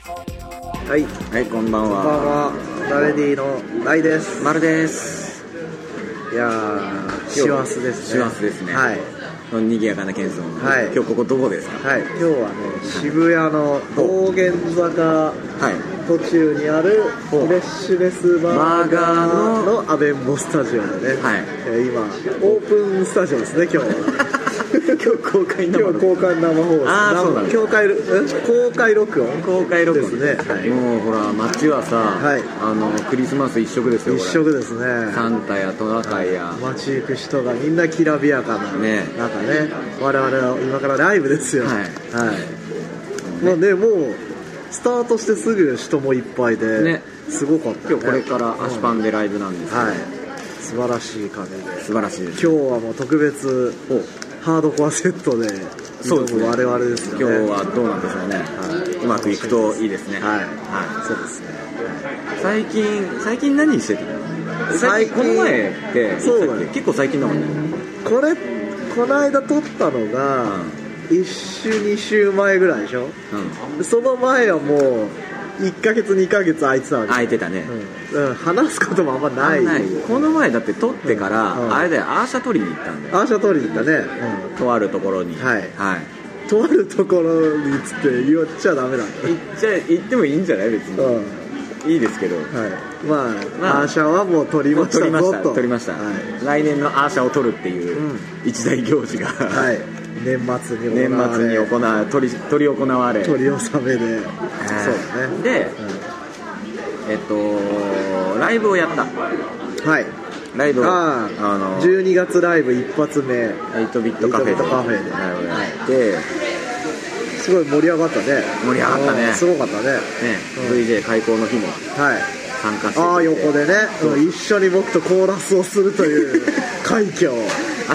はい、はい、こんばこんんばんは。は。ダレディのライです。まるです。いやー、師走ですね。師走ですねはい。の賑やかな謙遜の。はい今日ここどこですか。はい、今日はね、渋谷の道玄坂はい。途中にあるフレッシュレスバーガーバのアベンボスタジオでね、はいえー今、オープンスタジオですね、今日。 今日公開今日公開生放送あーそうなんだ公開ん公開録音公開録音ですねはいもうほら街はさ、はいあのクリスマス一色ですよ。一これ色ですねサンタやトナカイや。街行く人がみんなきらびやかな、ねなんかね我々は今からライブですよはいはいまあねもうスタートしてすぐ人もいっぱいで、ねすごかった、ね、今日これからアシパンでライブなんですけど。はい素晴らしい感じで今素晴らしいです。日はもう特別ハードコアセットでそうですね挑む我々ですよ今ね日はどうなんでしょうね。はいうまくいくといいですね。はい、はそうですねい。最近最近何してたの？最近この前ってそうだね結構最近だもんね。これこの間撮ったのがうん1週2週前ぐらいでしょうん。その前はもう1ヶ月2ヶ月空いてたわけ空いてたね、うんうん、話すこともあんまないないこの前だって撮ってから、うんあれだよアーシャ撮りに行ったんだよアーシャ通りに行ったね、とあるところにはいはいとあるところにつって言っちゃダメなんだね行っちゃ行ってもいいんじゃない別うに、んいいですけどはいまあ、まあアーシャはもう撮りました撮りまぞしたと撮りました、はい、来年のアーシャを撮るっていううん一大行事が、はい、年末に年末に行わ撮り撮り行われ撮り納めで、そうだねでえっとライブをやったうんはいライブをあああの12月ライブ一発目8ビットカフェ8ビでットカフェでライブをやって、すごい盛り上がったね盛り上がったねうんすごかったねねうん VJ 開講の日もはい参加してああくれて横でね、うん一緒に僕とコーラスをするという 快挙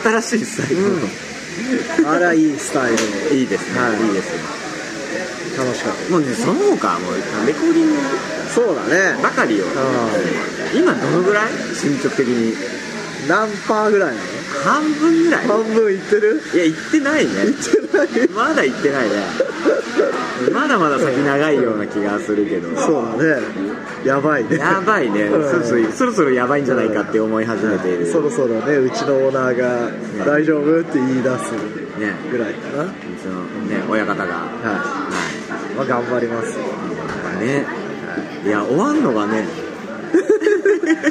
新しいスタイル、あらいいスタイルいいですね、はいい、いですね楽しかっもうねその他もうレコーディングたそうだねばかりを今どのぐらい進捗的に何パーぐらいな半分ぐらいの半分いってるいや行ってないねいってないまだ行ってないねまだまだ先長いような気がするけどそうだねやばいねやばいね、うんそろそろそろそろやばいんじゃないかって思い始めている、そろそろねうちのオーナーが「大丈夫?」って言い出すねぐらいかな、はうちのね親方が、はいまあ、頑張りますい、ねいや終わんのがね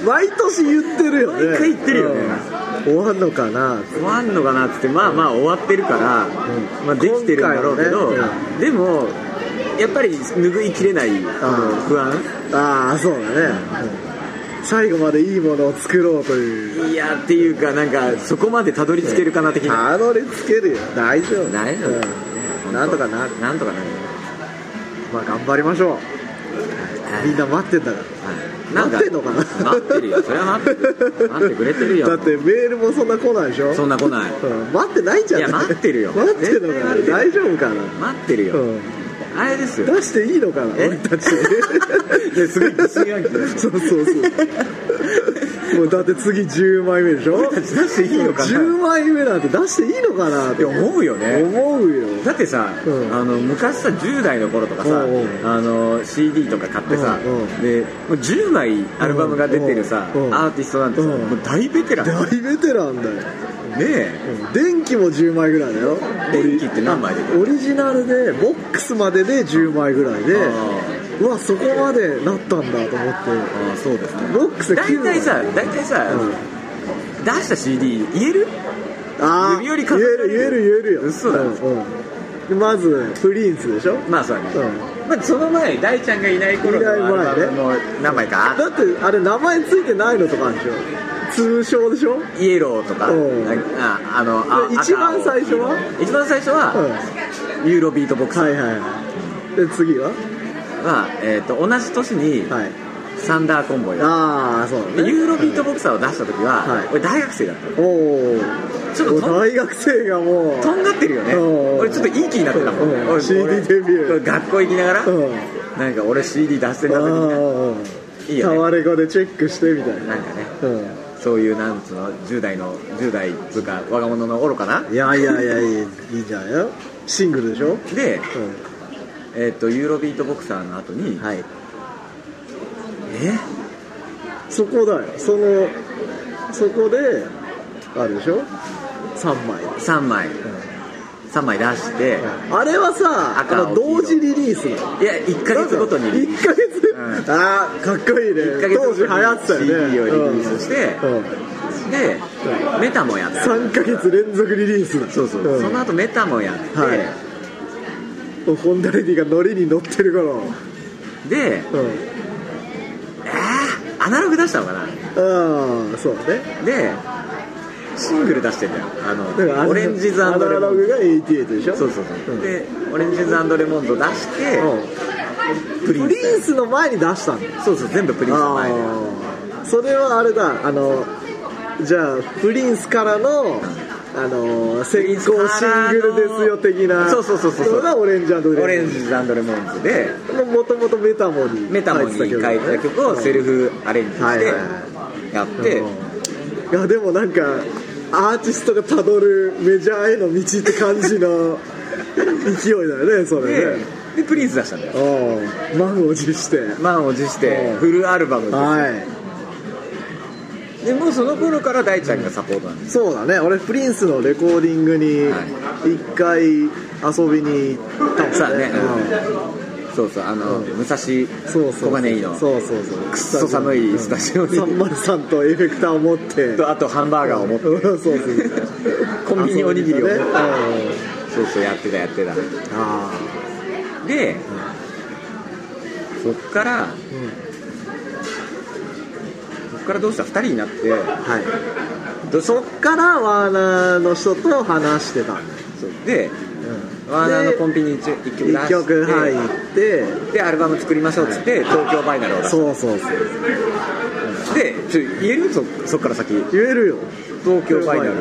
毎年言ってるよね毎回言ってるよねうん終わんのかな終わんのかなっつってまあまあ終わってるから、まあ、できてるんだろうけど、今回はねでもやっぱり拭いきれないあの不安ああそうだね、うん最後までいいものを作ろうといういやっていうかなんかそこまでたどり着けるかな的なたどり着けるよ大丈夫大丈夫うんなんとかなるなんとかなるまあ頑張りましょうみんな待ってんだかはらいな待んかってんのかな待ってるよそれは待ってる待ってくれてるよだってメールもそんな来ないでしょそんな来ないうん待ってないんじゃないいや待ってるよ待ってるのかな全然大待丈夫かな待ってるよ、うんあれですよ出していいのかなえ俺たちですごい自信あるそうそうそうもうだって次10枚目でしょ俺たち出していいのかな10枚目なんて出していいのかなっいてや思うよね思うよだってさ、うんあの昔さ10代の頃とかさ、うんうんあの CD とか買ってさ、うんうんでもう10枚アルバムが出てるさ、うんうんアーティストなんてさ、うんもう大ベテランね大ベテランだよえ電気も10枚ぐらいだよ電気って何枚出てるオリジナルでボックスまでで10枚ぐらいであうわそこまでなったんだと思ってああそうですねボックス大9枚体さ大体さ、うん出した CD 言えるああ言える指折り数えられる言える言えるよ嘘だろうんうんでまずプリンスでしょまあそうだね、うまあ、その前大ちゃんがいない頃のアルバムの名前かだってあれ名前ついてないのとかあるでしょ通称でしょイエローとか、うんああのあで一番最初は赤青一番最初は、ユーロビートボックスはいはいはいで次はは、えー、と同じ年に、はいサンダーコンボイだああそうだねユーロビートボクサーを出した時は、はい俺大学生だっおおたちょっととん大学生がもうとんがってるよねうん俺ちょっといい気になってたもん、うん俺 CD 俺デビュー学校行きながら、うんなんか俺 CD 出してた時になあいいあタよねワレコでチェックしてみたいななんかねうそういうなんつうの10代の10代つうか若者の愚かなんいやいやいやいいいいじゃんよシングルでしょで、うえー、とユーロビートボクサーの後に、んはいえそこだよそのそこであるでしょ3枚3枚、三3枚出して、あれはさ赤あの青同黄時色リリースなのいや1か月ごとにリリー1スヶ月、うんああかっこいいね1ヶ月当ご時流行ってたとよにね CD をリリースして、うんうんでメタもやって3ヶ月連続リリースだそうそう、んその後メタもやって、はいもうホンダレディがノリに乗ってるから、うん、でえー、アナログ出したのかなああそうねでシングル出してんだよあだからあののオレンジズレアナモロングが88でしょドそうそうそう、んでオレンジズレモンド出して、うんプリプンスリンスの前に出したんだそうそう全部プリンスの前であーそれはあれだあのじゃあプリンスからのあの先行シングルですよ的なそうそうそうそうそうのがオレンジレモンドオレンジズレモンドでもともとメタモにメタモンに書いてた曲をセルフフアレンジはしいてはいやって、いやでもなんかアーティストがたどるメジャーへの道って感じ の勢いだよねそれでねでプリンス出したんだようん満を持して満を持してうんフルアルバムで,、はいでもうその頃から大ちゃんがサポートなんですそうだね俺プリンスのレコーディングに一回遊びに行ったもんねそうだねうんそうそうあの、武蔵そうそう小金井のそうそうそうくっそ寒いスタジオに303とエフェクターを持 ってとあとハンバーガーを持って、うんそうそうコンビニおにぎりを持って遊びに行ったねうんそうそうやってたやってたあで、そっからあうんそっからどうした2人になってはいどそそっからワーナーの人と話してたんだよそうでワーナーのコンビニに一一曲出して1曲はい行ってでアルバム作りましょうっつって東京バイナルを出しそうそうそうてちょ言えるそそっから先言えるよ東京バイナルは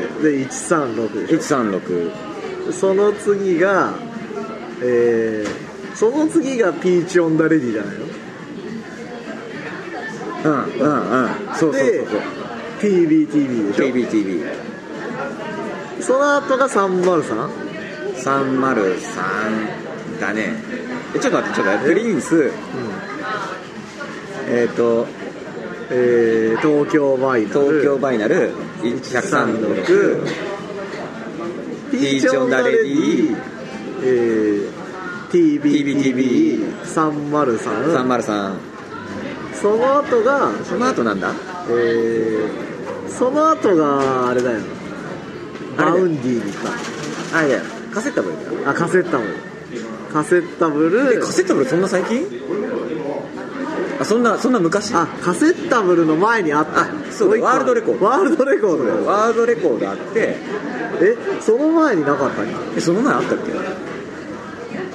いで136でしょ136その次が、えー、その次がピーチ・オン・ダ・レディじゃないのうんうんうんそうそうそうそう TBTB でしょ KBTV303 その後が303だねえちょっと待ってちょっと待ってプリンスえっ、とえー、東京バイナル東京バイナル136ピーチ・オン・ダ・レディえー TBTB TBTB303 303その後がその後なんだえー、その後があれだよあれだバよウンディに行っあいやカセットブルだたあカセッタブルカセッタブえルカセットブルそんな最近あそんなそんな昔あカセッタブルの前にあったあそもうだ一個あるワールドレコードワールドレコードだよワードレコードあってえその前になかったっえその前あったっけけ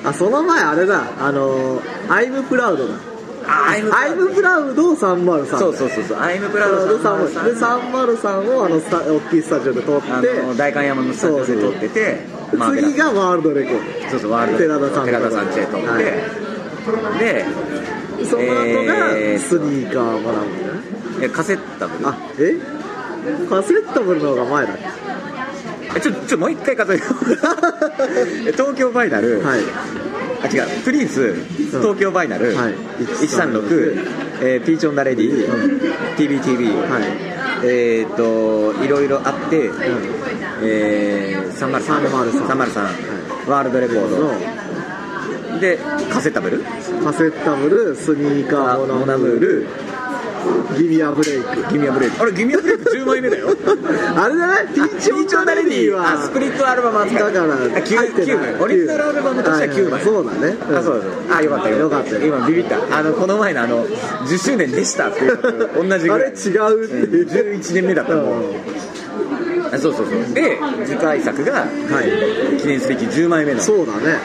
あその前あれだあのー、アイムプラウドだあアイムアイムプラウド303そうそうそうそうアイムプラウドプラウド303で303 303をあのスタ大きいスタジオで撮ってあの代官山のスタジオで撮っててマーベラ次がワールドレコーそうそうワールド寺田さん寺田さんちで撮って、はいでドその後えーがスニーカー学ぶんだよねえカセットブルあえカセッタブルの方が前だっけえちょちょもう一回数えよ うえ東京バイナル、はいあ違うプリンス東京バイナル、はい136、えーピーチョンダレディ、うん TBTB、はいえーっといろいろあって、えー、303 303 303ワールドレコのードでカセッタブルカセッタブルスニーカーモモナナムムーールルギミアブレイクギミアブレイクあれギミアブレイク10枚目だよ あれじゃないピーチオンダレディはあスプリットアルバムあっだかたらあ九入ってない九枚オリジナルアルバムとしては9は枚いはいそうだねあそうだあよかったよかったよ今ビビったあのこの前のあの10周年でしたっていうのと同じぐあられい違うっていう11年目だったもうんうあそうそうそうで次回作がはい記念すべき10枚目のそうだね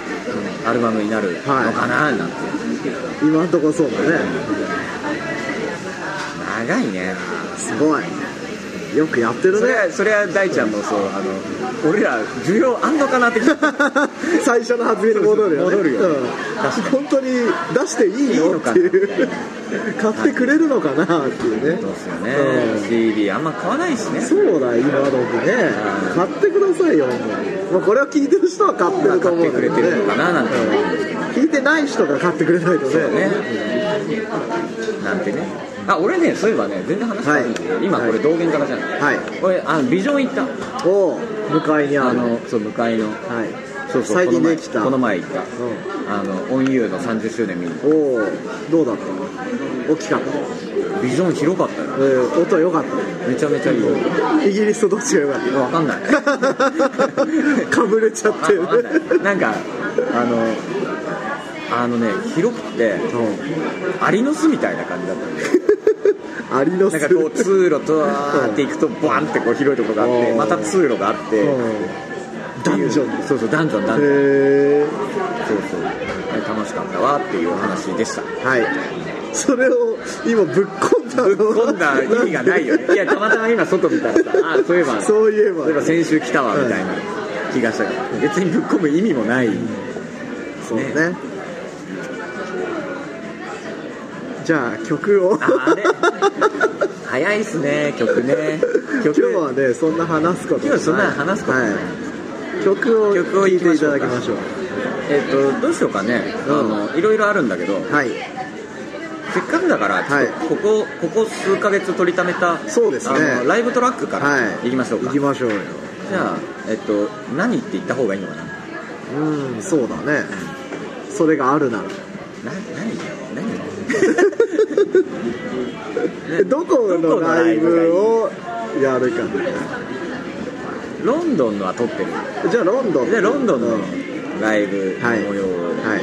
アルバムになるのかななんて今んとこそうだね長いねすごいよくやってるそれねはそれは大ちゃんもそうあの俺ら需要あんのかなって 最初の発言に戻るよね戻るよねうん確かに本当に出していいいいののってかないう買ってくれるのかなっていうそうねですよね、うん CD あんま買わないしねそうだ今の時ね買ってくださいよもうまあこれは聞いてる人は買ってると思うんだけどね買ってくれてるのかななんて思うんですうん聞いてない人が買ってくれないとねねなんてねあ俺ねそういえばね全然話変わるんだけど、はい今これはい道玄からじゃん、はい俺あのビジョン行ったを向かいにああるのそう向かいのはいそうそう最この近前できたこの前行ったうあのオンユーの30周年見にんおおどうだった大きかった、ビジョン広かったよえー、音良かっためちゃめちゃいいよイギリスとどっちが良かっわかんないたかぶれちゃってるわかんないなんかあのあのね広くてアリの巣みたいな感じだったんでアリのなんか巣こう通路とわーって行くとバンってこう広いとこがあってうんまた通路があってうんダンジョンへそうそうダンジョンダンジョンえそうそう楽しかったわっていうお話でしたはいそれを今ぶっ込んだのぶっ込んだ意味がないよねいやたまたま今外見たらさあそういえばそそうういえばいえば先週来たわみたいな気がしたから別にぶっ込む意味もないそうねじゃあ曲をああれ早いっすね 曲ね今曲日はねそんな話すことない今日そんな話すことないはい曲を曲を聴行いきてまいしたょうだかきましょうえっ、とどうしようかねあうんのいろいろあるんだけどはいせっかくだからちょっとここ、ここ数ヶ月取りためたそうですねあのライブトラックからはい行きましょうか、行きましょうよじゃあえっ、と何って言った方がいいのかななうんそうだねそれがあるなら何何 えどこのライブをやるかロンドンのは撮ってるじゃあロンドンでロンドンのうんライブのはい模様を、はい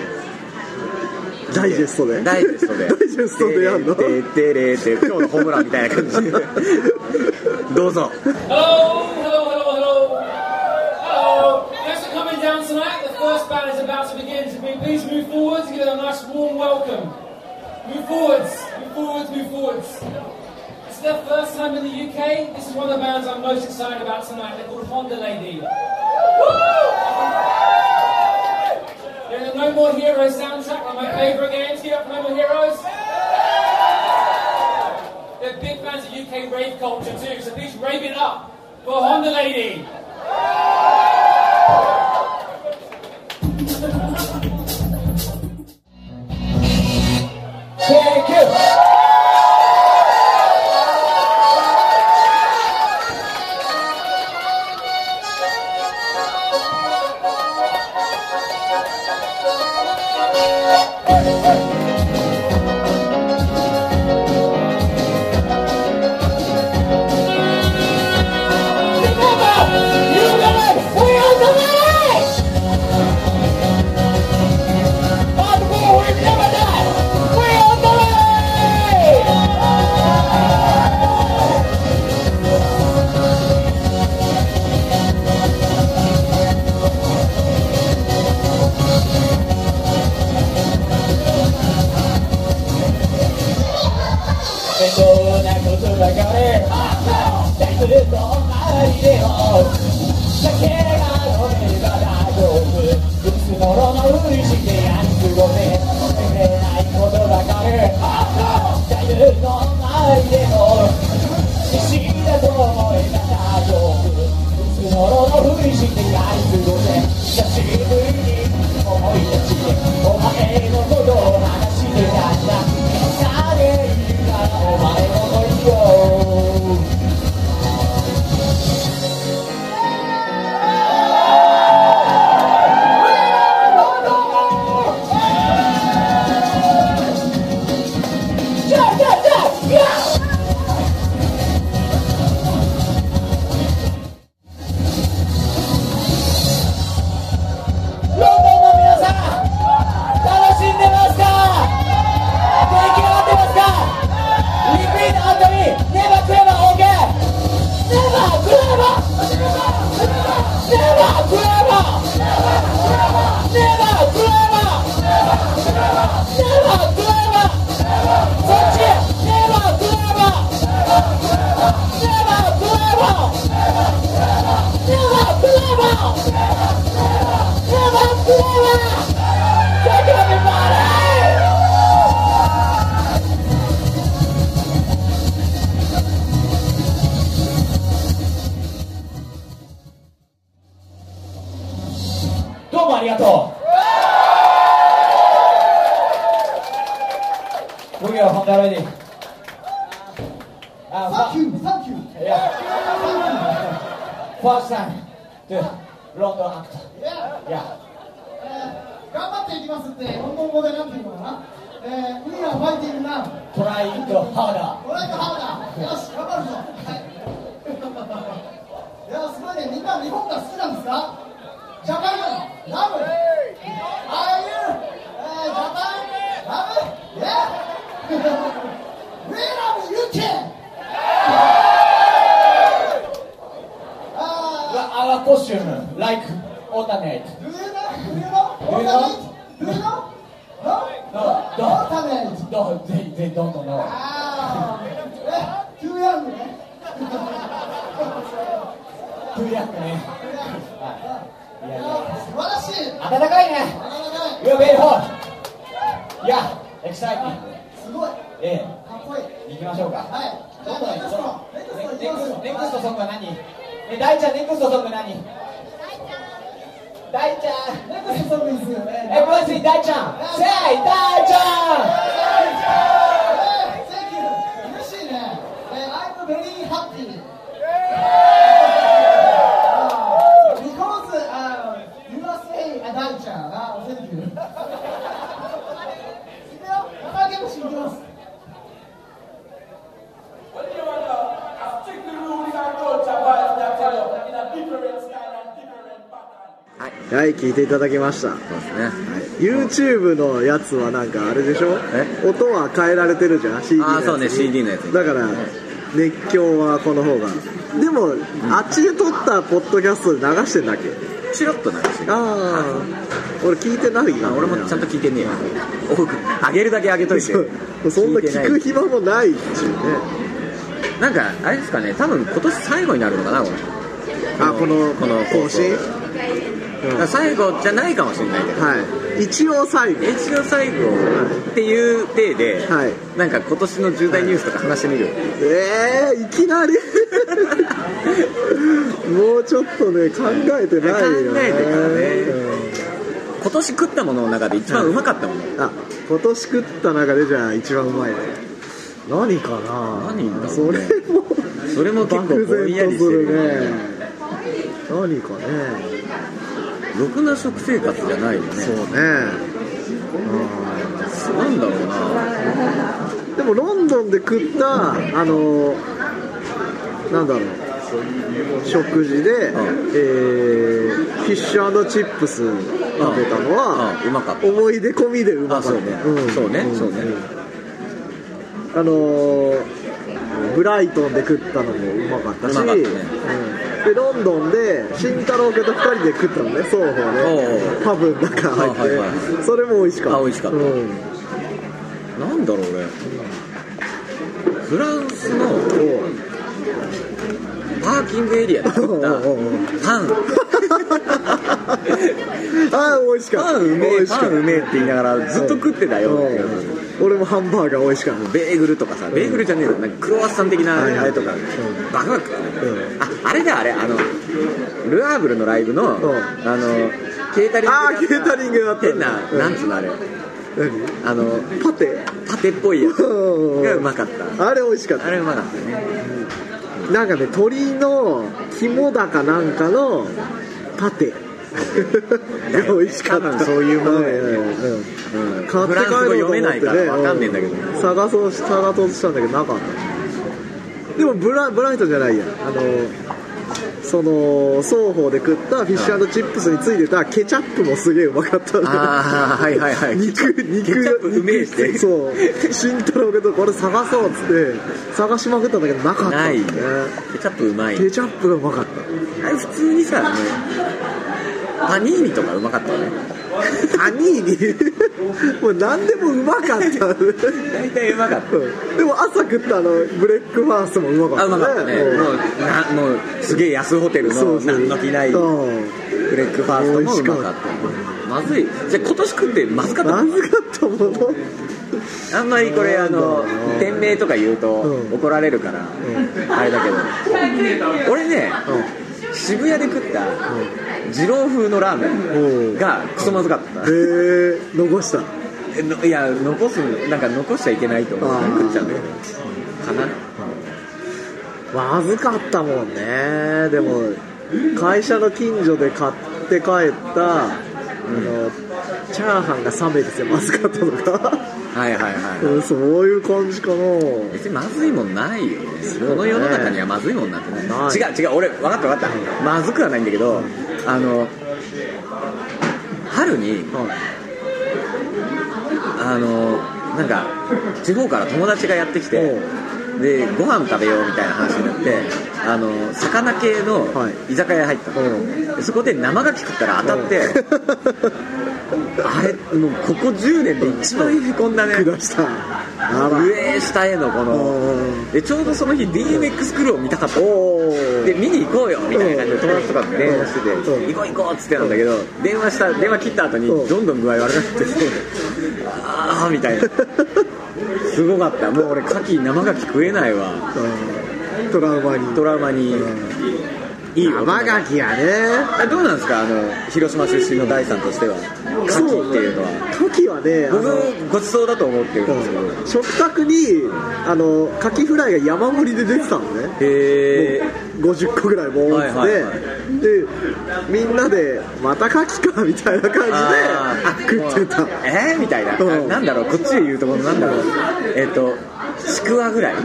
ダイジェストでダイジェストで ダイジェストでやんのてれてれてれ今日のホームランみたいな感じでどうぞ Hello, hello, hello, hello. Hello. Thanks for coming down tonight. The first band is about to begin. So may please move forwards and give them a nice warm welcome. Move forwards, move forwards, move forwards. It's their first time in the UK. This is one of the bands I'm most excited about tonight. They're called Honda Lady. They're the No More Heroes soundtrack, one of my favourite games. Give it up for No More Heroes. They're big fans of UK rave culture too, so please rave it up for Honda Lady. Thank you. 「お前のことを話してたんだ」 got that already. Uh, Thank what- you, thank you. yeah. Thank First time. Dude, London actor. you. Yeah. や、えー頑張っていきますって、香港語でなんていうのかな。えー、We are fighting now. トライインドハ俺とハーダー。よし、頑張るぞ。はい。いや、すごいね。みんな日本が好きなんですかジャパンラブ Are you? えー、ジャパンラブ Yeah! We love UK! あーーダー。Our costume, like alternate. Do you know? Do you know? Alternate? Do you know? No? No, don't. Alternate. No, they, they don't know. Ah, eh, too young, eh? Too young ね。いやいや、素晴らしい。暖かいね。なかなかね You're very hot. Yeah, exciting. すごい。えかっこいい。え、行きましょうか。はい。じどゃんどんあ、行ネクくスぞト。ネネクストいきまクすスト。ネクストよソングは何え、大ちゃん、ネクストソング何大ちゃん。ネクストソングいいですよね。え、プラスに大ちゃん。せい、大ちゃん Hey, thank you. 嬉しいね。えー I'm very happy. Ah, Because, uh, you are saying a dancer. Ah, thank you. いくよ山毛虫いきます When you are now, I've taken the rules and culture vibes that tell you in a different style and different pattern. はい聞いていただきましたそうですね。 YouTube のやつはなんかあれでしょえ音は変えられてるじゃん CD のやつにあーそうね CD のやつにだから熱狂はこの方がでも、あっちで撮ったポッドキャストで流してんだっけチロッと流してる。ああ俺聞いてないあな俺もちゃんと聞いてねえよ。多く、あげるだけあげとい て。そうそんな聞くいて暇もないっちゅうねないなんか、あれですかね、多分今年最後になるのかな、これ。あこのこの更新、放送だから最後じゃないかもしれないけど。はい一応最後一応最後っていう体で、はいなんか今年の重大ニュースとか話してみる、ええー、いきな りもうちょっとね考えてないよね考えてからねうん今年食ったものの中で一番うまかったもの、あ今年食った中でじゃあ一番うまいね何かな何だろそうねれもそれも結構ぼ漠んや然りとしすてるるね何かねろくな食生活じゃないよねそうねなんだろうなうんでもロンドンで食ったあのなんだろう食事で、んえーフィッシュチップス食べたのは、うんうまかった思い出込みでうまかあったそうね、んそうね、んそうね、あのーブライトンで食ったのもうまかったしうまかったねうんでロンドンで慎太郎家と2人で食ったのね双方ねおうお多分中入って、あはいはいそれも美味しかったあ美味しかったうんなんだろう俺フランスのパーキングエリアで食った おうおうおうパンあー美味しかったパンうめ美え味しかったパンうめえって言いながらずっと食ってたよっていううん俺もハンバーガー美味しかったベーグルとかさベーグルじゃねえぞなんかクロワッサン的なあはいはいれとかうんバクバク食ってたああれだあれあのルアーブルのライブのあうんのケータリングでやったあーケータリングだった変なうんなんつうのあれ何あのパテパテっぽいやつうんがうまかったあれ美味しかったあれうまかったねなんかね鳥の肝だかなんかのパ テが美味しかっ多た分そういうものだよねはいはいはいうん買ってフ帰ランスろう語と読思って、ね、めないからわかんねえんだけどう探そうし探そうとしたんだけどなかったでもブラブライトじゃないやあのその双方で食ったフィッシュチップスについてたケチャップもすげえうまかったねああはいはいはい肉肉ケチャップうめえし肉そう慎太郎君とこれ探そうっつって探しまくったんだけどなかったないねケチャップうまいケチャップがうまかった あれ普通にさあのパニーニとかうまかっ たよねパニーニもう何でもうまかったね大体うまかったうんでも朝食ったあのブレックファーストもうまかあっうたまねかったねうんもうなもうすげえ安ホテルそのうそう何の気ないブうんレックファーストもうまかったまずいじゃあ今年食ってまずかったまずかったものあんまりこれあのうん店名とか言うとうん怒られるから、あれだけど俺ね、渋谷で食った二郎風のラーメンがクソまずかった、へえ残したえのいや残すなんか残しちゃいけないと思ってあー食っちゃうんだよねかなまずかったもんねでも会社の近所で買って帰った、あのチャーハンが冷めててまずかったのかはいはいはい、うんそういう感じかな別にまずいもんないよねこの世の中にはまずいもんなんてねない違う違う俺分かった分かったまずくはないんだけどあの春にあのなんか地方から友達がやってきておでご飯食べようみたいな話になってあの魚系のはい居酒屋入ったの、でそこで生牡蠣食ったら当たって、あれもうここ10年で一番へこんだね 下したあら上へ下へのこのうんでちょうどその日 DMX クルーを見たかったおーで見に行こうよみたいな感じで友達とかと電話しててう「行こう行こう」っつってなんだけど電話した電話切った後にうんどんどん具合悪くなってきてああみたいなすごかったもう俺牡蠣生牡蠣食えないわうんトラウマにトラウマにいいよ生ガキやねあどうなんですかあの広島出身の大さんとしては牡蠣っていうのは牡蠣はねあの僕ごちそうだと思ってるんですけど食卓にあの牡蠣フライが山盛りで出てたのねへえ50個ぐらいボーンって、はいはいはでみんなで「また牡蠣か」みたいなあ感じでー食ってたもうえー、みたいな、うんなんだろうこっちで言うとこのなんだろうえっ、とちくわぐらい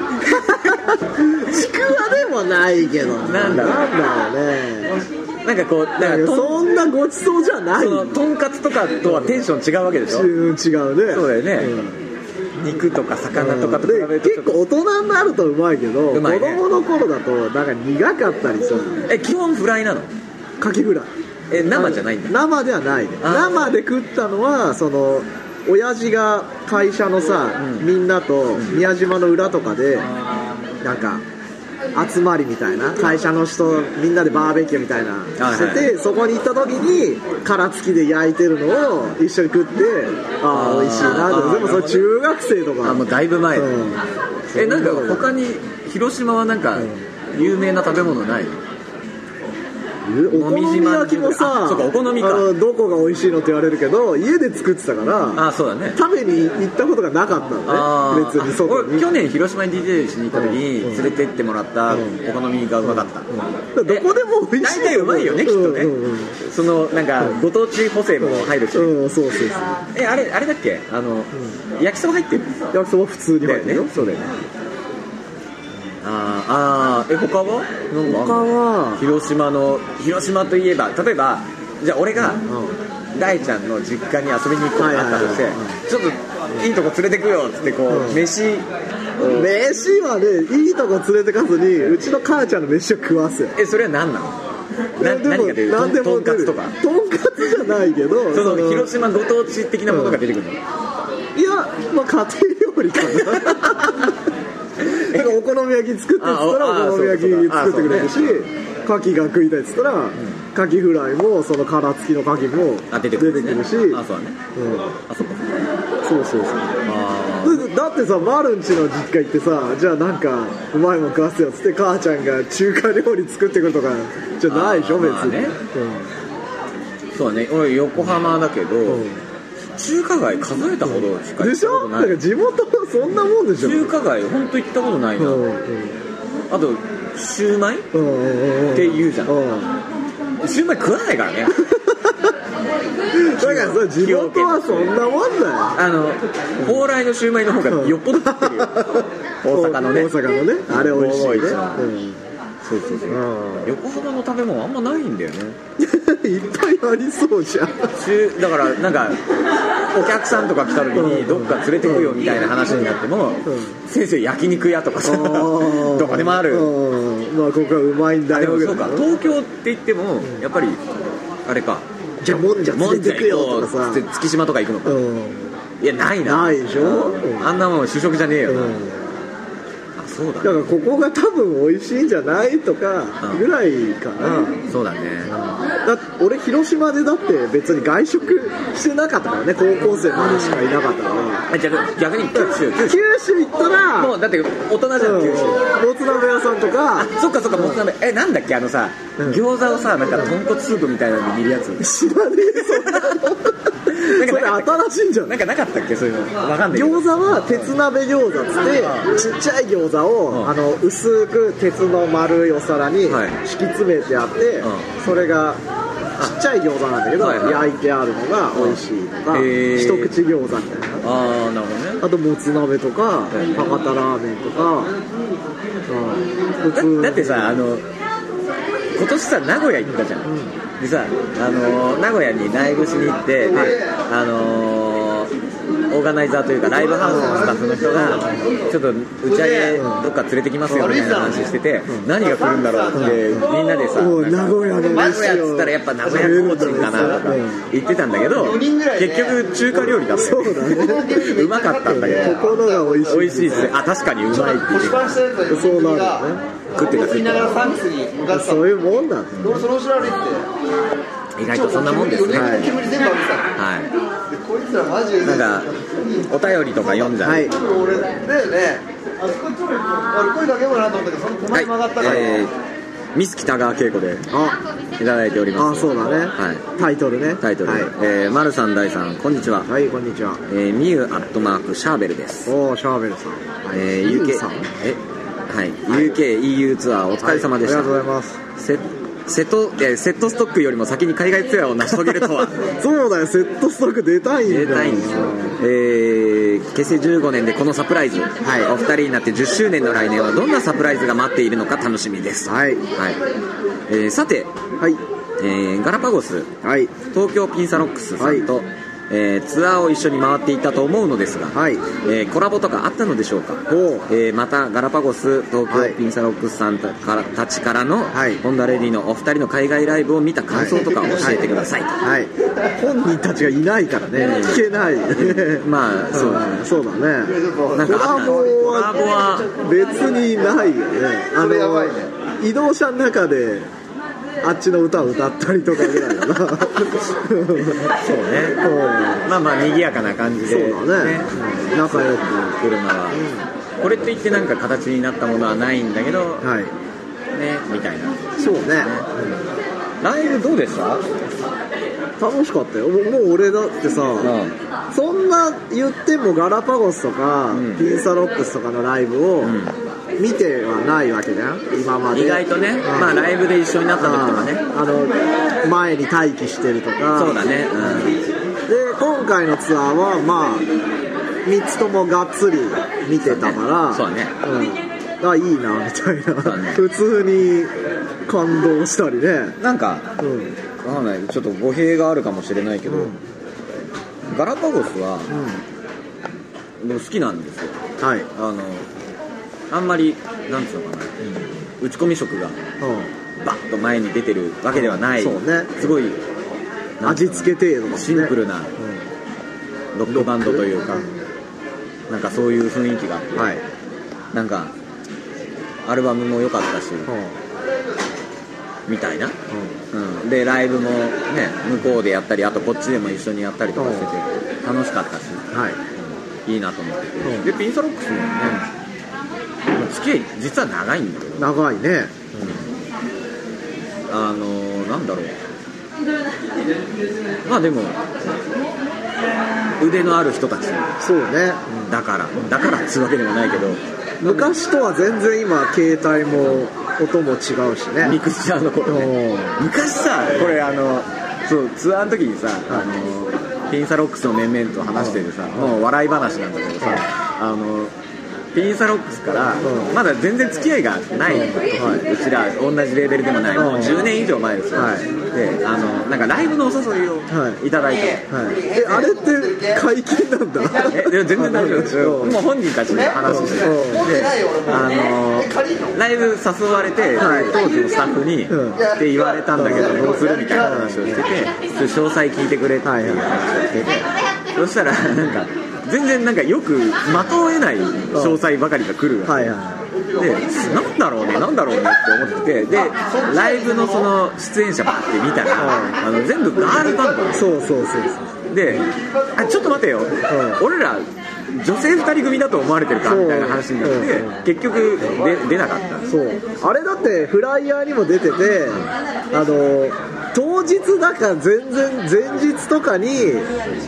ちくわでもないけどなんだなんだろうろうねなんかこうなんかいやとんそんなごちそうじゃないそのとんかつとかとはテンション違うわけでしょうん違うねそうだよね、肉とか魚とかと比べるとで結構大人になるとうまいけどうまいね子供の頃だとなんか苦かったりするえ基本フライなの牡蠣フライえ生じゃないんだ生ではないねあー生で食ったのはその親父が会社のさ、うんみんなと宮島の裏とかで、なんか集まりみたいな会社の人みんなでバーベキューみたいなしてて、はいそこに行った時に殻付きで焼いてるのを一緒に食ってああ美味しいなあーとでもそれ中学生とかあもうだいぶ前だ、うんえなんか他に広島はなんか有名な食べ物ないお好み焼きもさあそうかお好みかあのどこが美味しいのって言われるけど家で作ってたからあそうだね食べに行ったことがなかったのねあ別にー外俺に去年広島に DJ しに行った時にうん連れてってもらったおうん好みがうまかった、どこでも美味しい大体うまいよねきっとね、うんうんうんそのなんかご当地補正も入るし、うんそうそうそうえあれあれだっけあの、焼きそば入ってる焼きそば普通に入ってるよそうだよねあーあーえ他はなんかあんの他は広島の広島といえば例えばじゃあ俺がう大ちゃんの実家に遊びに行くことになったとして、はいはいはちょっといいとこ連れてくよっつってこう、うん飯ん飯はねいいとこ連れてかずにうちの母ちゃんの飯を食わすよえそれは何なのなでも何が出ると何でんともんか出つるとかとんかつじゃないけどそそのの広島ご当地的なものが出てくるの、いや、まあ、家庭料理か な。だからお好み焼き作ってっつったらあああお好み焼き作ってくれるしそうか牡蠣が食いたいっつったら牡蠣フライもその殻付きの牡蠣あも出出ててくくるんるですしねあそうだねうんあそっかそうそうそあうだってだってさマルンチの実家行ってさじゃあなんかうまいもん食わせよっつって母ちゃんが中華料理作ってくるとかじゃないでしょあ別まあに、ねーそうね俺横浜だけど、うんうん中華街数えたほどしか行でっしたこょとだなかいら地元はそんなもんでしょ中華街ほんと行ったことないな、うんうんあとシューマイうんうんうんって言うじゃんうんシューマイ食わな いからねだからさ地元はそんなもんだよあの蓬莱のシューマイの方がよっぽど食ってるよ大阪のね大阪のねあれ美味しいね、うんそうそうそう横浜の食べ物あんまないんだよねいっぱいありそうじゃん中だからなんかお客さんとか来た時にどっか連れてこようみたいな話になってもん先生焼肉屋とかさ どこでもあるうんまあここはうまいんだあでよもそうかぐらいの東京って言ってもやっぱりあれかじゃあもんじゃ連もれんじてゃくよ行とこうかさっつって月島とか行くのかうんいやないなないでしょうんあんなもん主食じゃねえようなんあそうだだからここが多分美味しいんじゃないとかぐらいかな、そうだねだって俺広島でだって別に外食してなかったからね高校生までしかいなかったからあ逆逆に九州九九州行ったら州もうだって大人じゃん九州もつ鍋屋さんとかあそっかそっかもつ鍋えなんだっけあのさん餃子をさなんか豚骨スープみたいなので煮るやつ知らねえそんなのそれ新しいんじゃなないんかなかったっけそういうのわかんないけど餃子は鉄鍋餃子っつってちっちゃい餃子を、うんあの薄く鉄の丸いお皿に引はいき詰めてあって、うんそれがちっちゃい餃子なんだけど、はいはい焼いてあるのが美味しいとか、うんへー一口餃子みたいなああなるほどねあともつ鍋とか、いはい博多ラーメンとか、うん、普通だにだってさあの今年さ名古屋行ったじゃん、でさあの名古屋にライブしに行って、であのオーガナイザーというかライブハウスのスタッフの人がちょっと打ち上げどっか連れてきますよみたいな話してて何が来るんだろうってみんなでさおうな名んか古屋の名古屋っつったらやっぱ名古屋コーチンかなとか言ってたんだけど結局中華料理だったよねそうだ うまかったんだけどここのが美味しい美味しいっすねあ確かにうまいっていう腰パンしたやつだよそうなんだよね食ってた食いながらサンクスに向かってたそういうもんだね俺その後ろ歩いて意外とそんなもんですね煙煙全部浴びてたはいでこいつらマジでなんか、お便りとか読んじゃう。はい俺だよねあそこちょっと俺声だけもなと思ったけどその手は前い曲がったから、えーミス北川景子であいただいております。あそうだね、はタイトルねい。タイトル。はい、えー、まるさん、大さん、こんにちは。はい、こんにちはえー、みゆアットマーク、シャーベルです。おーシャーベルさん、えミー、ユ UK さん、え、はい、UK、EU ツアーお疲れ様でしあたりが。とうございますセセット、えーセットストックよりも先に海外ツアーを成し遂げるとは。そうだよセットストック出たいんだ出よたいんですよ、えー、結成15年でこのサプライズ、はい、お二人になって10周年の来年はどんなサプライズが待っているのか楽しみです、はいはいえーさて、はいえーガラパゴスはい東京ピンサロックスさんと、はいえーツアーを一緒に回っていたと思うのですが、はいえーコラボとかあったのでしょうか、おえーまたガラパゴス東はい京ピンサロックスさんたからたちからの、はいホンダレディのお二人の海外ライブを見た感想とかを教えてください、はい本人たちがいないからね聞けないまあそうですねんそうだねなんコかラあったボコラボはは別にないよねあそれやばいねの移動車の中であっちの歌を歌ったりとかぐらいだなそうねまあまあ賑やかな感じそでうだねうん仲良く車は、これといってなんか形になったものはないんだけど、はいねみたいなそうねライブどうでした楽しかったよもうもう俺だってさ、そんな言ってもガラパゴスとか、んピンサロックスとかのライブをん見てはないわけじゃん今まで意外とね、うんまあライブで一緒になった時とかね、あの前に待機してるとかそうだね、で今回のツアーはまあ3つともがっつり見てたからそうだねうんあいいなみたいそうだな、ね普通に感動したりね、うん、なんかうん、わかんないちょっと語弊があるかもしれないけど、うんガラパゴスは、でも好きなんですよはい、あのあんまりなんつうのかな、打ち込み色がうバッと前に出てるわけではない、そうねすごいん、味付け程度ですシねンプルなロックバンドというか、なんかそういう雰囲気があって、はい、なんかアルバムも良かったし、うみたいな、んうんうん、でライブもね向こうでやったりあとこっちでも一緒にやったりとかしてて楽しかったしはい、いいなと思ってて、うんでピンサロックスもねもう付き合い実は長いんだけど長いね、あのー、なんだろうまあでも腕のある人たちそうね、だからだからっつうわけでもないけど昔とは全然今、携帯も音も違うしミね、クスチャーの頃ねお昔さこれあのそうツアーの時にさ、あのピンサロックスの面々と話しててさ、もう笑い話なんだけどさ、あのピンサロックスから、うまだ全然付き合いがない、うちら同じレーベルでもない、もう10年以上前ですよ、はいであのなんかライブのお誘いをはいいただいて、はい、えあれって解禁なんだ、えいや全然大丈夫ですようんもう本人たちに話してうん持ってないよ俺もあのー借りんのライブ誘われて、はい当時のスタッフに、うんって言われたんだけどどうするみたいな話をしててそれ詳細聞いてくれっていう話をしてて、そしたらなんか全然なんかよく的を得ない詳細ばかりが来るわけ、はいはでなんだろうねなんだろうねって思っててでライブのその出演者パって見たらあの全部ガールバンドなんですい、そうそうそうそう、であちょっと待てよ、俺ら女性2人組だと思われてるかみたいな話になっそうて結局で出なかったそうあれだってフライヤーにも出ててあの当日だか全然前日とかに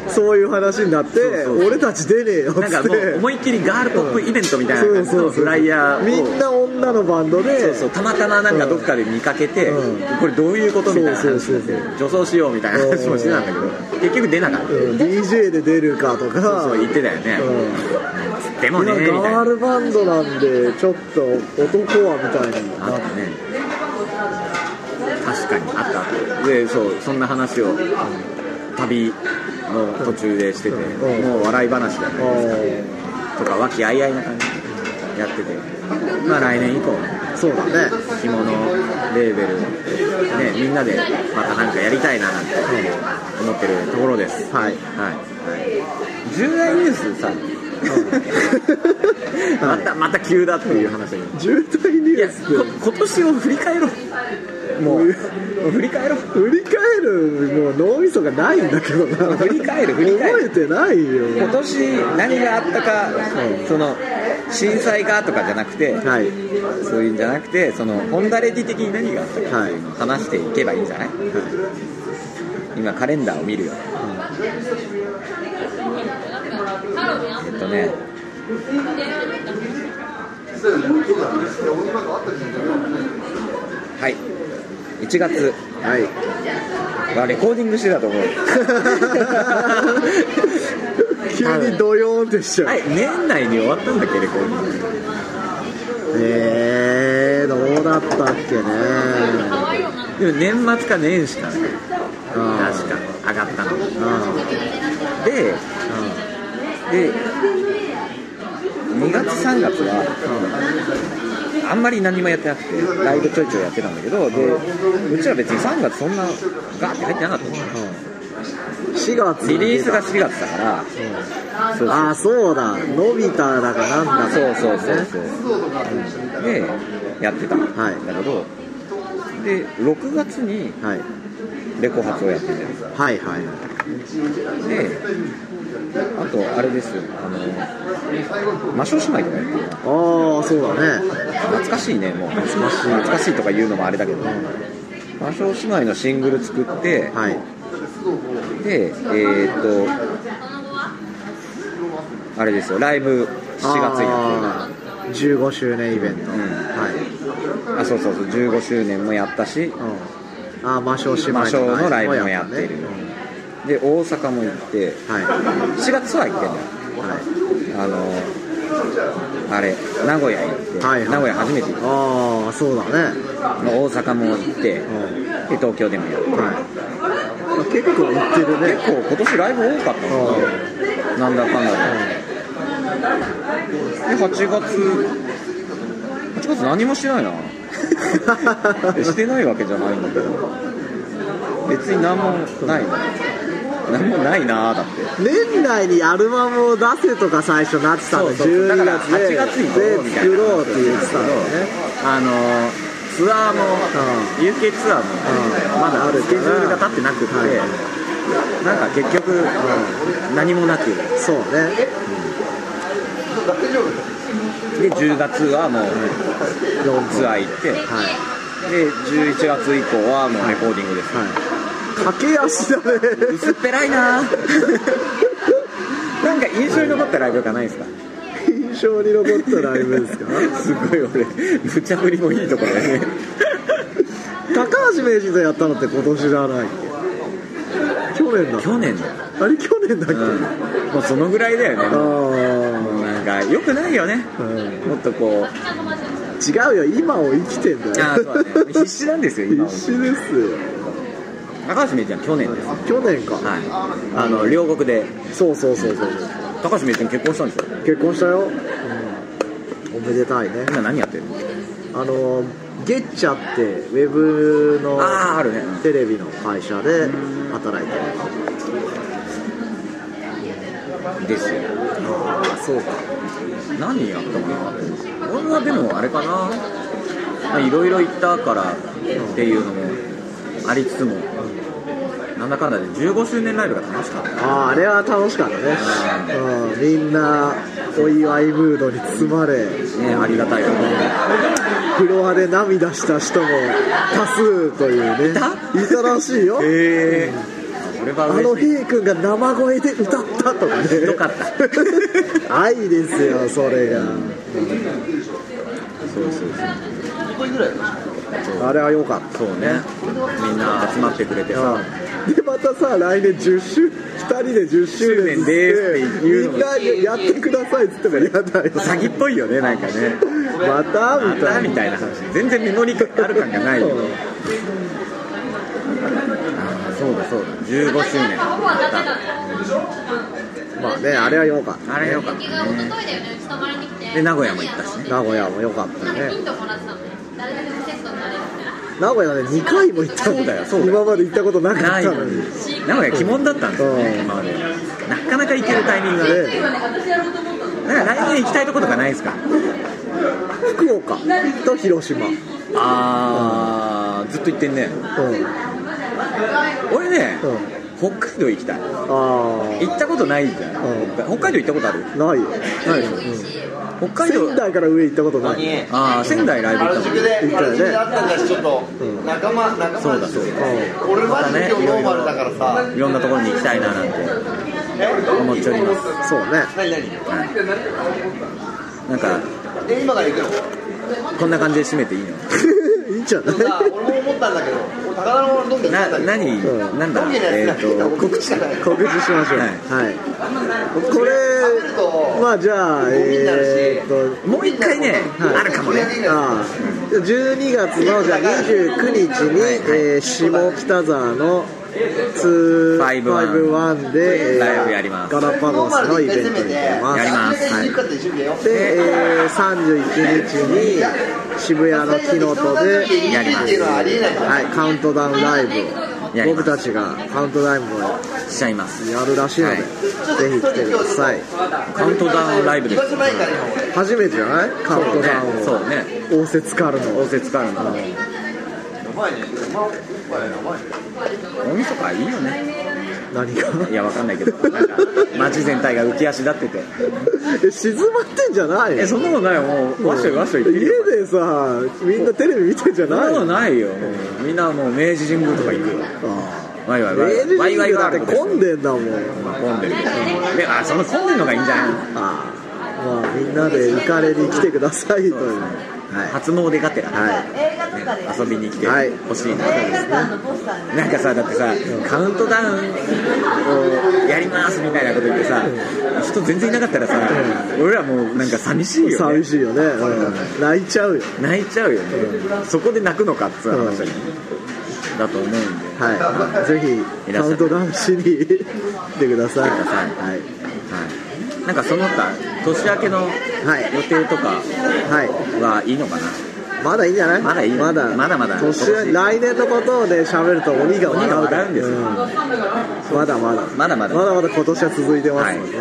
そういう話になってそうそう俺たち出ねえよっつってなんかもう思いっきりガールポップイベントみたいな感じそうそのうそうフライヤーをみんな女のバンドでそうたまたまなんかどっかで見かけて、うこれどういうことみたいな話そうそうにそうなって女装しようみたいな話もしてたんだけど結局出なかった、うん DJ で出るかとかそう言ってたよね、うんでも今ねみたいガーなルバンドなんでちょっと男はみたいにあったね確かにあったあったでそうそんな話を旅の途中でしてて、うんもう笑い話だね、あとか和気あいあいな感じでやっててまあ来年以降ねあそうだね着物レーベルをねみんなでまた何かやりたいななんて思ってるところですはいはい重大ニュースさ またまた急だっていう話だけど渋滞ニュいやースこ今年を振り返ろうもう 振り返ろう振り返るもう脳みそがないんだけどな振り返る振り返る覚えてないよ今年何があったか、その震災がとかじゃなくて、はいそういうんじゃなくてそのホンダレディ的に何があったかはい話していけばいいんじゃない、今カレンダーを見るよ、えっとねはい1月はいはレコーディングしてたと 思う 急にドヨーンってしちゃはうい年内に終わったんだっけレコーディングえーどうだったっけねでも年末か年始かなあ確か上がったのーあで、で2月3月はあんまり何もやってなくてライブちょいちょいやってたんだけどでうちら別に3月そんなガーって入ってなかったのー4月リリースが4月だからそうそうああそうだのび太だかなんだそうそうそうそうでやってたんだはいけど、で6月にはいレコ発をやっててはいはいであとあれですよあの魔性姉妹とかやってるああそうだね懐かしいねもう懐かしいとか言うのもあれだけど魔性姉妹のシングル作って、はいでえーっとあれですよライブ7月にやっあー15周年イベント、んはい、てるあそうそうそう15周年もやったしうん、あー魔性姉妹魔性のライブもややっったてねるで大阪も行ってうんはいは4月は行ってんのよいあのあれ名古屋行って、はいはい名古屋初めて行っああそうだね、た大阪も行って、うでんはい東京でもやってまあ、結構行ってるね結構今年ライブ多かったのなんだかんだでで8月8月何もしてないなしてないわけじゃないんだけど別に何もないな何もないなだって 年内にアルバムを出せとか最初なってたのそうそうだか12ら月で8月にでどうみたいな作ろうって言ってたのねあのツアーも、UK ツアーうも、んまだスケジュールが立ってなくて、なんか結局、何もなくそうねで10月はもう4本ツアー行って、はい、で11月以降はもうレコーディングです、はい、駆け足だ ね薄っぺらいななんか印象に残ったライブとかないですか印象に残ったライブですかすごい俺無茶ぶりもいいところでね高橋名人とやったのって今年じゃないっけ去年だ 去年だよ、あれ去年だっけ、うん、もうそのぐらいだよねもあうなんかよくないよねあ、うん、もっとこう違うよ今を生きてんだあよあそうだ ね必死なんですよ今必死ですよ高橋めいちゃん去年ですはい去年か、あの両国でそうそうそうそう高橋めいちゃん結婚したんですよ結婚したよ、うん、おめでたいね今何やってるのあのゲッチャってウェブのあああるねテレビの会社で働いてるですよああそうか何やったかな俺はでもあれかなまあいろいろ行ったからっていうのもありつつもなんだかんだで15周年ライブが楽しかったあああれは楽しかったね、うん、みんなお祝いムードに包まれね、ありがたいよね。フロアで涙した人も多数というねいたらしいよへえ。これはあの嬉しい。平君が生声で歌ったとかねひどかった愛ですよそれがそうそうそあれは良かったう。そうね。みんな集まってくれてさ。でまたさ来年10周2人で10周年周年ですっていうみのんなやってくださいっつってもやだよ詐欺っぽいよね、なんかね。またあみんたたいみなたいな話。全然実りある感がないよ。あそうだそうだ。15周年。まあねあれは良かったあれよかった。雪が一昨日だよね、うち泊まりに来て。で名古屋も行ったしね名古屋も良かったなんかヒねントもらってたのね。誰でもセットになれるみたいな。名古屋はね2回も行ったんだよそうだよ今まで行ったことなかなっいたののにに。名古屋鬼門だったんですようね、ん今まで。なかなか行けるタイミングがね。ねなんか来年行きたいとことかないですか福岡と広島うんあー、ずっと行ってんね。俺ね、北海道行きたい。ああ行ったことないじゃん。うん北海道行ったことあるないよない北海道仙、台から上行ったことない何あー、仙台ライブ行原ったも宿行ったよねん。で原宿であったんだしちょっと仲間仲間そうだだしそうだ俺は今日ノーマルだからさいろんなところに行きたいななんて思っております。そうね何何なんか、え今から行くのこんな感じで締めていいのいいんじゃないさ俺も思ったんだけど俺高田の飲んでな、んだけど何、うんなんだ、飲んでないえっ、やつだと、告知しかない告知しましょうはいはいこ食べるれとまあじゃあゴミになるしえーっともう一回ね、はいあるかもね。ああ12月のじゃあ29日に、えー下北沢の251で、えーライブやりますガラパノゴーマスルのでイ一ベン回ト攻めにて出ますやりますはい行くかって一緒に行けよで、えー31日に渋谷の木の戸で、やりますっていうのはありえないからはい、カウントダウンライやブりをま僕すたちがカウントダウンをしちゃいます。やるらしいので、はいぜひ来てくださいカウントダウンライブで居す場。所ないから今俺初めてじゃないカウントダウンをそうね。応接カール応の接カルの。やばいねお前お前やばいね大晦日いいよね。何がいや、わかんないけど、なんか、街全体が浮き足立ってて。え静まってんじゃないえ、そんなことないよ、もう、わっしょいわっしょい言ってるよ家でさみんなテレビ見てんじゃそんなないことのないよ。もうみんなもう明治神宮とか行くよ。わいわいわ明い治わい。わ神い宮わだいってわい。混んでんだもん混んでる。で、あ、その混んでるのがいいんじゃないああまあみんなで浮かれに来てくださいというは初詣がてら、い、は映画とかで、ね遊びに来てはいほしいな。映画館のポスターになんかさ、だってさ、カウントダウンをやりますみたいなこと言ってさ、人全然いなかったらさ、俺らもうなんか寂しいよい、ね。寂しいよね、うん、泣いちゃうよ泣いちゃうよね、そこで泣くのかっつう話だ,、だと思うんではいぜひ皆カさんウントダウンしに来てくださいはいはい、なんかその他年明けのい予定とかはいはいいのかな、まだいいんじゃないまだいいよまだまだまだ年明け来年のことをね喋ると鬼が鬼笑うが笑うんですようんまだまだまだまだまだまだ今年は続いてますもんね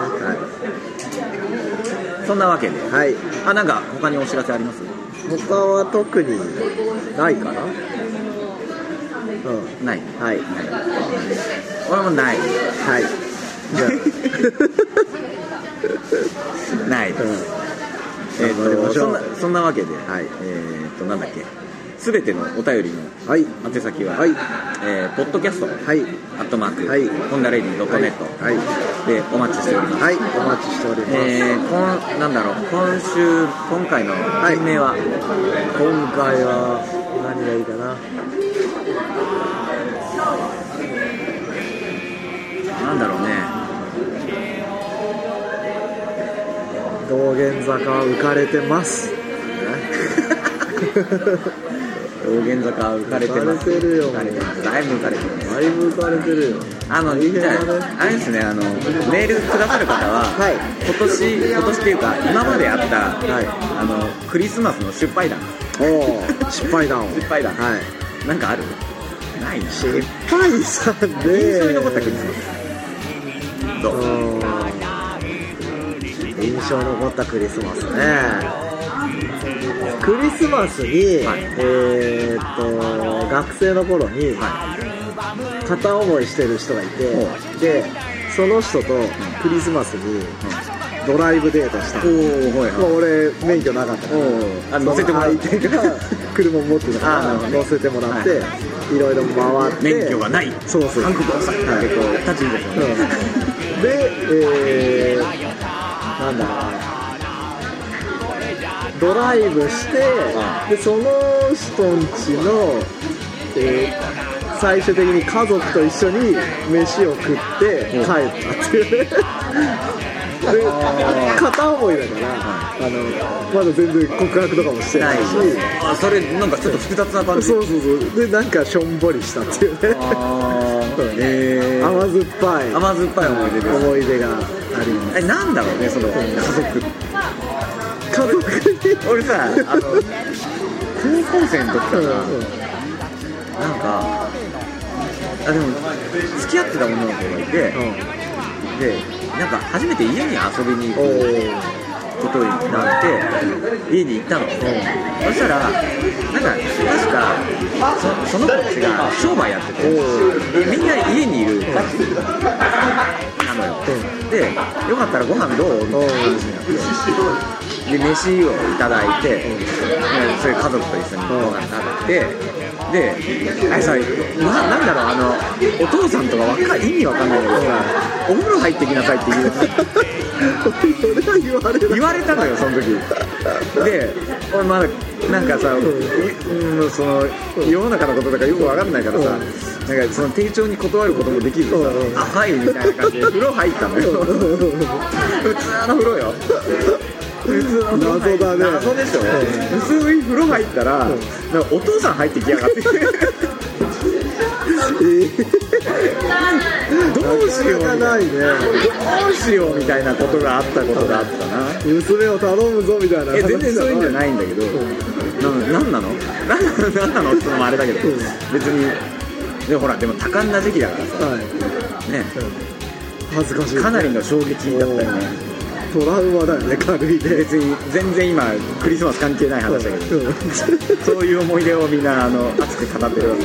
そんなわけではい、はいあなんか他にお知らせあります他は特にないかなうんないはい俺もないはいじゃあ ないです、えっ、頑張りまとしょそうんなそんなわけで、はいえっ、となんだっけすべてのお便りのはい宛先は、はいえーポッドキャスト、はいアットマーク、はいホンダレディドットネットはいでお待ちしております、はいお待ちしております、えー、こんなんだろう今週今回のい件名は、今回は何がいいかななんだろうね道玄坂は浮かれてます道玄坂は浮かれてま浮すかれてるよ浮かれてますだいぶ浮かれてますだいぶ浮かれてるよあの大変じゃだねああれですねあのメールくださる方は、はい今年今年っていうか今まであった、はいあのクリスマスの失敗談おお失敗談を失敗談はいなんかあるないな失敗さんで印象に残ったクリスマスどううん印象に残ったクリスマスねクリスマスに、はいえーっと学生の頃に片思いしてる人がいて、うでその人とクリスマスにドライブデートしたおおはいまあはい俺免許なかったかおらおあ乗せてもらうその相手が 車持ってたあーなるほかどら乗せてもらっていろいろ回って免許がないそうそう韓国遅いはい結構立ち入りだよねうんで、えー、なんだろうなドライブしてでその人んちの、えー最終的に家族と一緒に飯を食って帰ったっていうねで片思いだから、あのまだ全然告白とかもしてなないいしあそれなんかちょっと複雑な感じそうそうそうでなんかしょんぼりしたっていうねあーへー甘酸っぱい甘酸っぱい思い出です思い出がありますえなんだろうねその家族家族に俺さあの高校生の時かうんらなうんなんかあでも付き合ってた女の子がいて、でなんか初めて家に遊びに行おくーことになって家に行ったの、そしたらなんか確かそその子たちが商売やっててみんな家にいるなのよ、でよかったらご飯どうみたいな話になってで飯をいただいて、でそれ家族と一緒にご飯食べて、であれさななんだろうあのお父さんとかわか意味わかんないけどさお風呂入ってきなさいって言う 俺は言われない言われたのよその時で俺まだなんかさ、うん、その世の中のこととかよく分かんないからさ、なんかその丁重に断ることもできずさ「うんあはい」みたいな感じで風呂入ったのよ 普通の風呂よ普通の風呂入っ謎だね謎でしょ、普通に風呂入ったら、なんかお父さん入ってきやがって なかなかないどうしようみたいなねどうしようみたいなことがあったことがあったな娘を頼むぞみたいなえ全然そういうんじゃいないんだけど、なん、なんなのなんなんなのってのもあれだけど、うん別にでほらでも多感な時期だからはいさね恥ずかしいかなりの衝撃だったよねトラウマだよね軽いで別に全然今クリスマス関係ない話だけど、そういう思い出をみんなあの熱く語ってくださ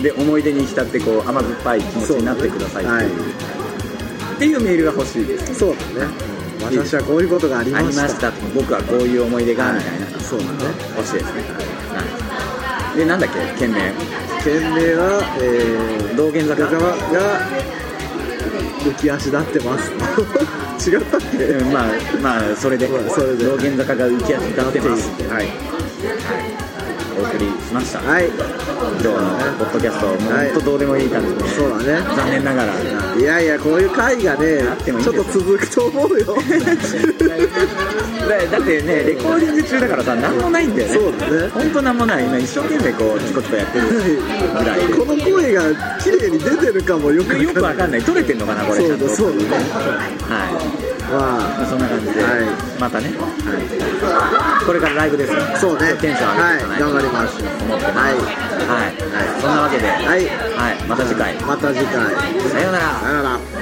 いで思い出に浸ってこう甘酸っぱい気持ちになってくださいっていう,、っていうメールが欲しいですそうだね私はこういうことがありまありましたした僕はこういう思い出がみたいな、そうだね欲しいですね、はい、でなんだっけ件名件名は、えー、道玄坂仲間が浮き足立ってます 違ったっけうんまあまあそれでまあそれで道玄坂が浮き足立ってます立っているはい、はい、お送りしました、はい今日のポッドキャストもうはい本当どうでもいい感じで、そうだね残念ながらいやいやこういう会がねあってもいいちんょっとです続くと思 うよだだってねレコーディング中だからさ何もないんだよねそうだね本当何もない今一生懸命こうチコチコやってるぐらいこの声が綺麗に出てるかもよくよくわかんない撮れてんのかなこれそちゃうんとだそうだねはいまあまあそんな感じで、はいまたね、これからライブですねそうねテンション上げていかないとはい頑張ります思ってますはい、そんなわけで、はいはいまた次回また次回さようならさよなら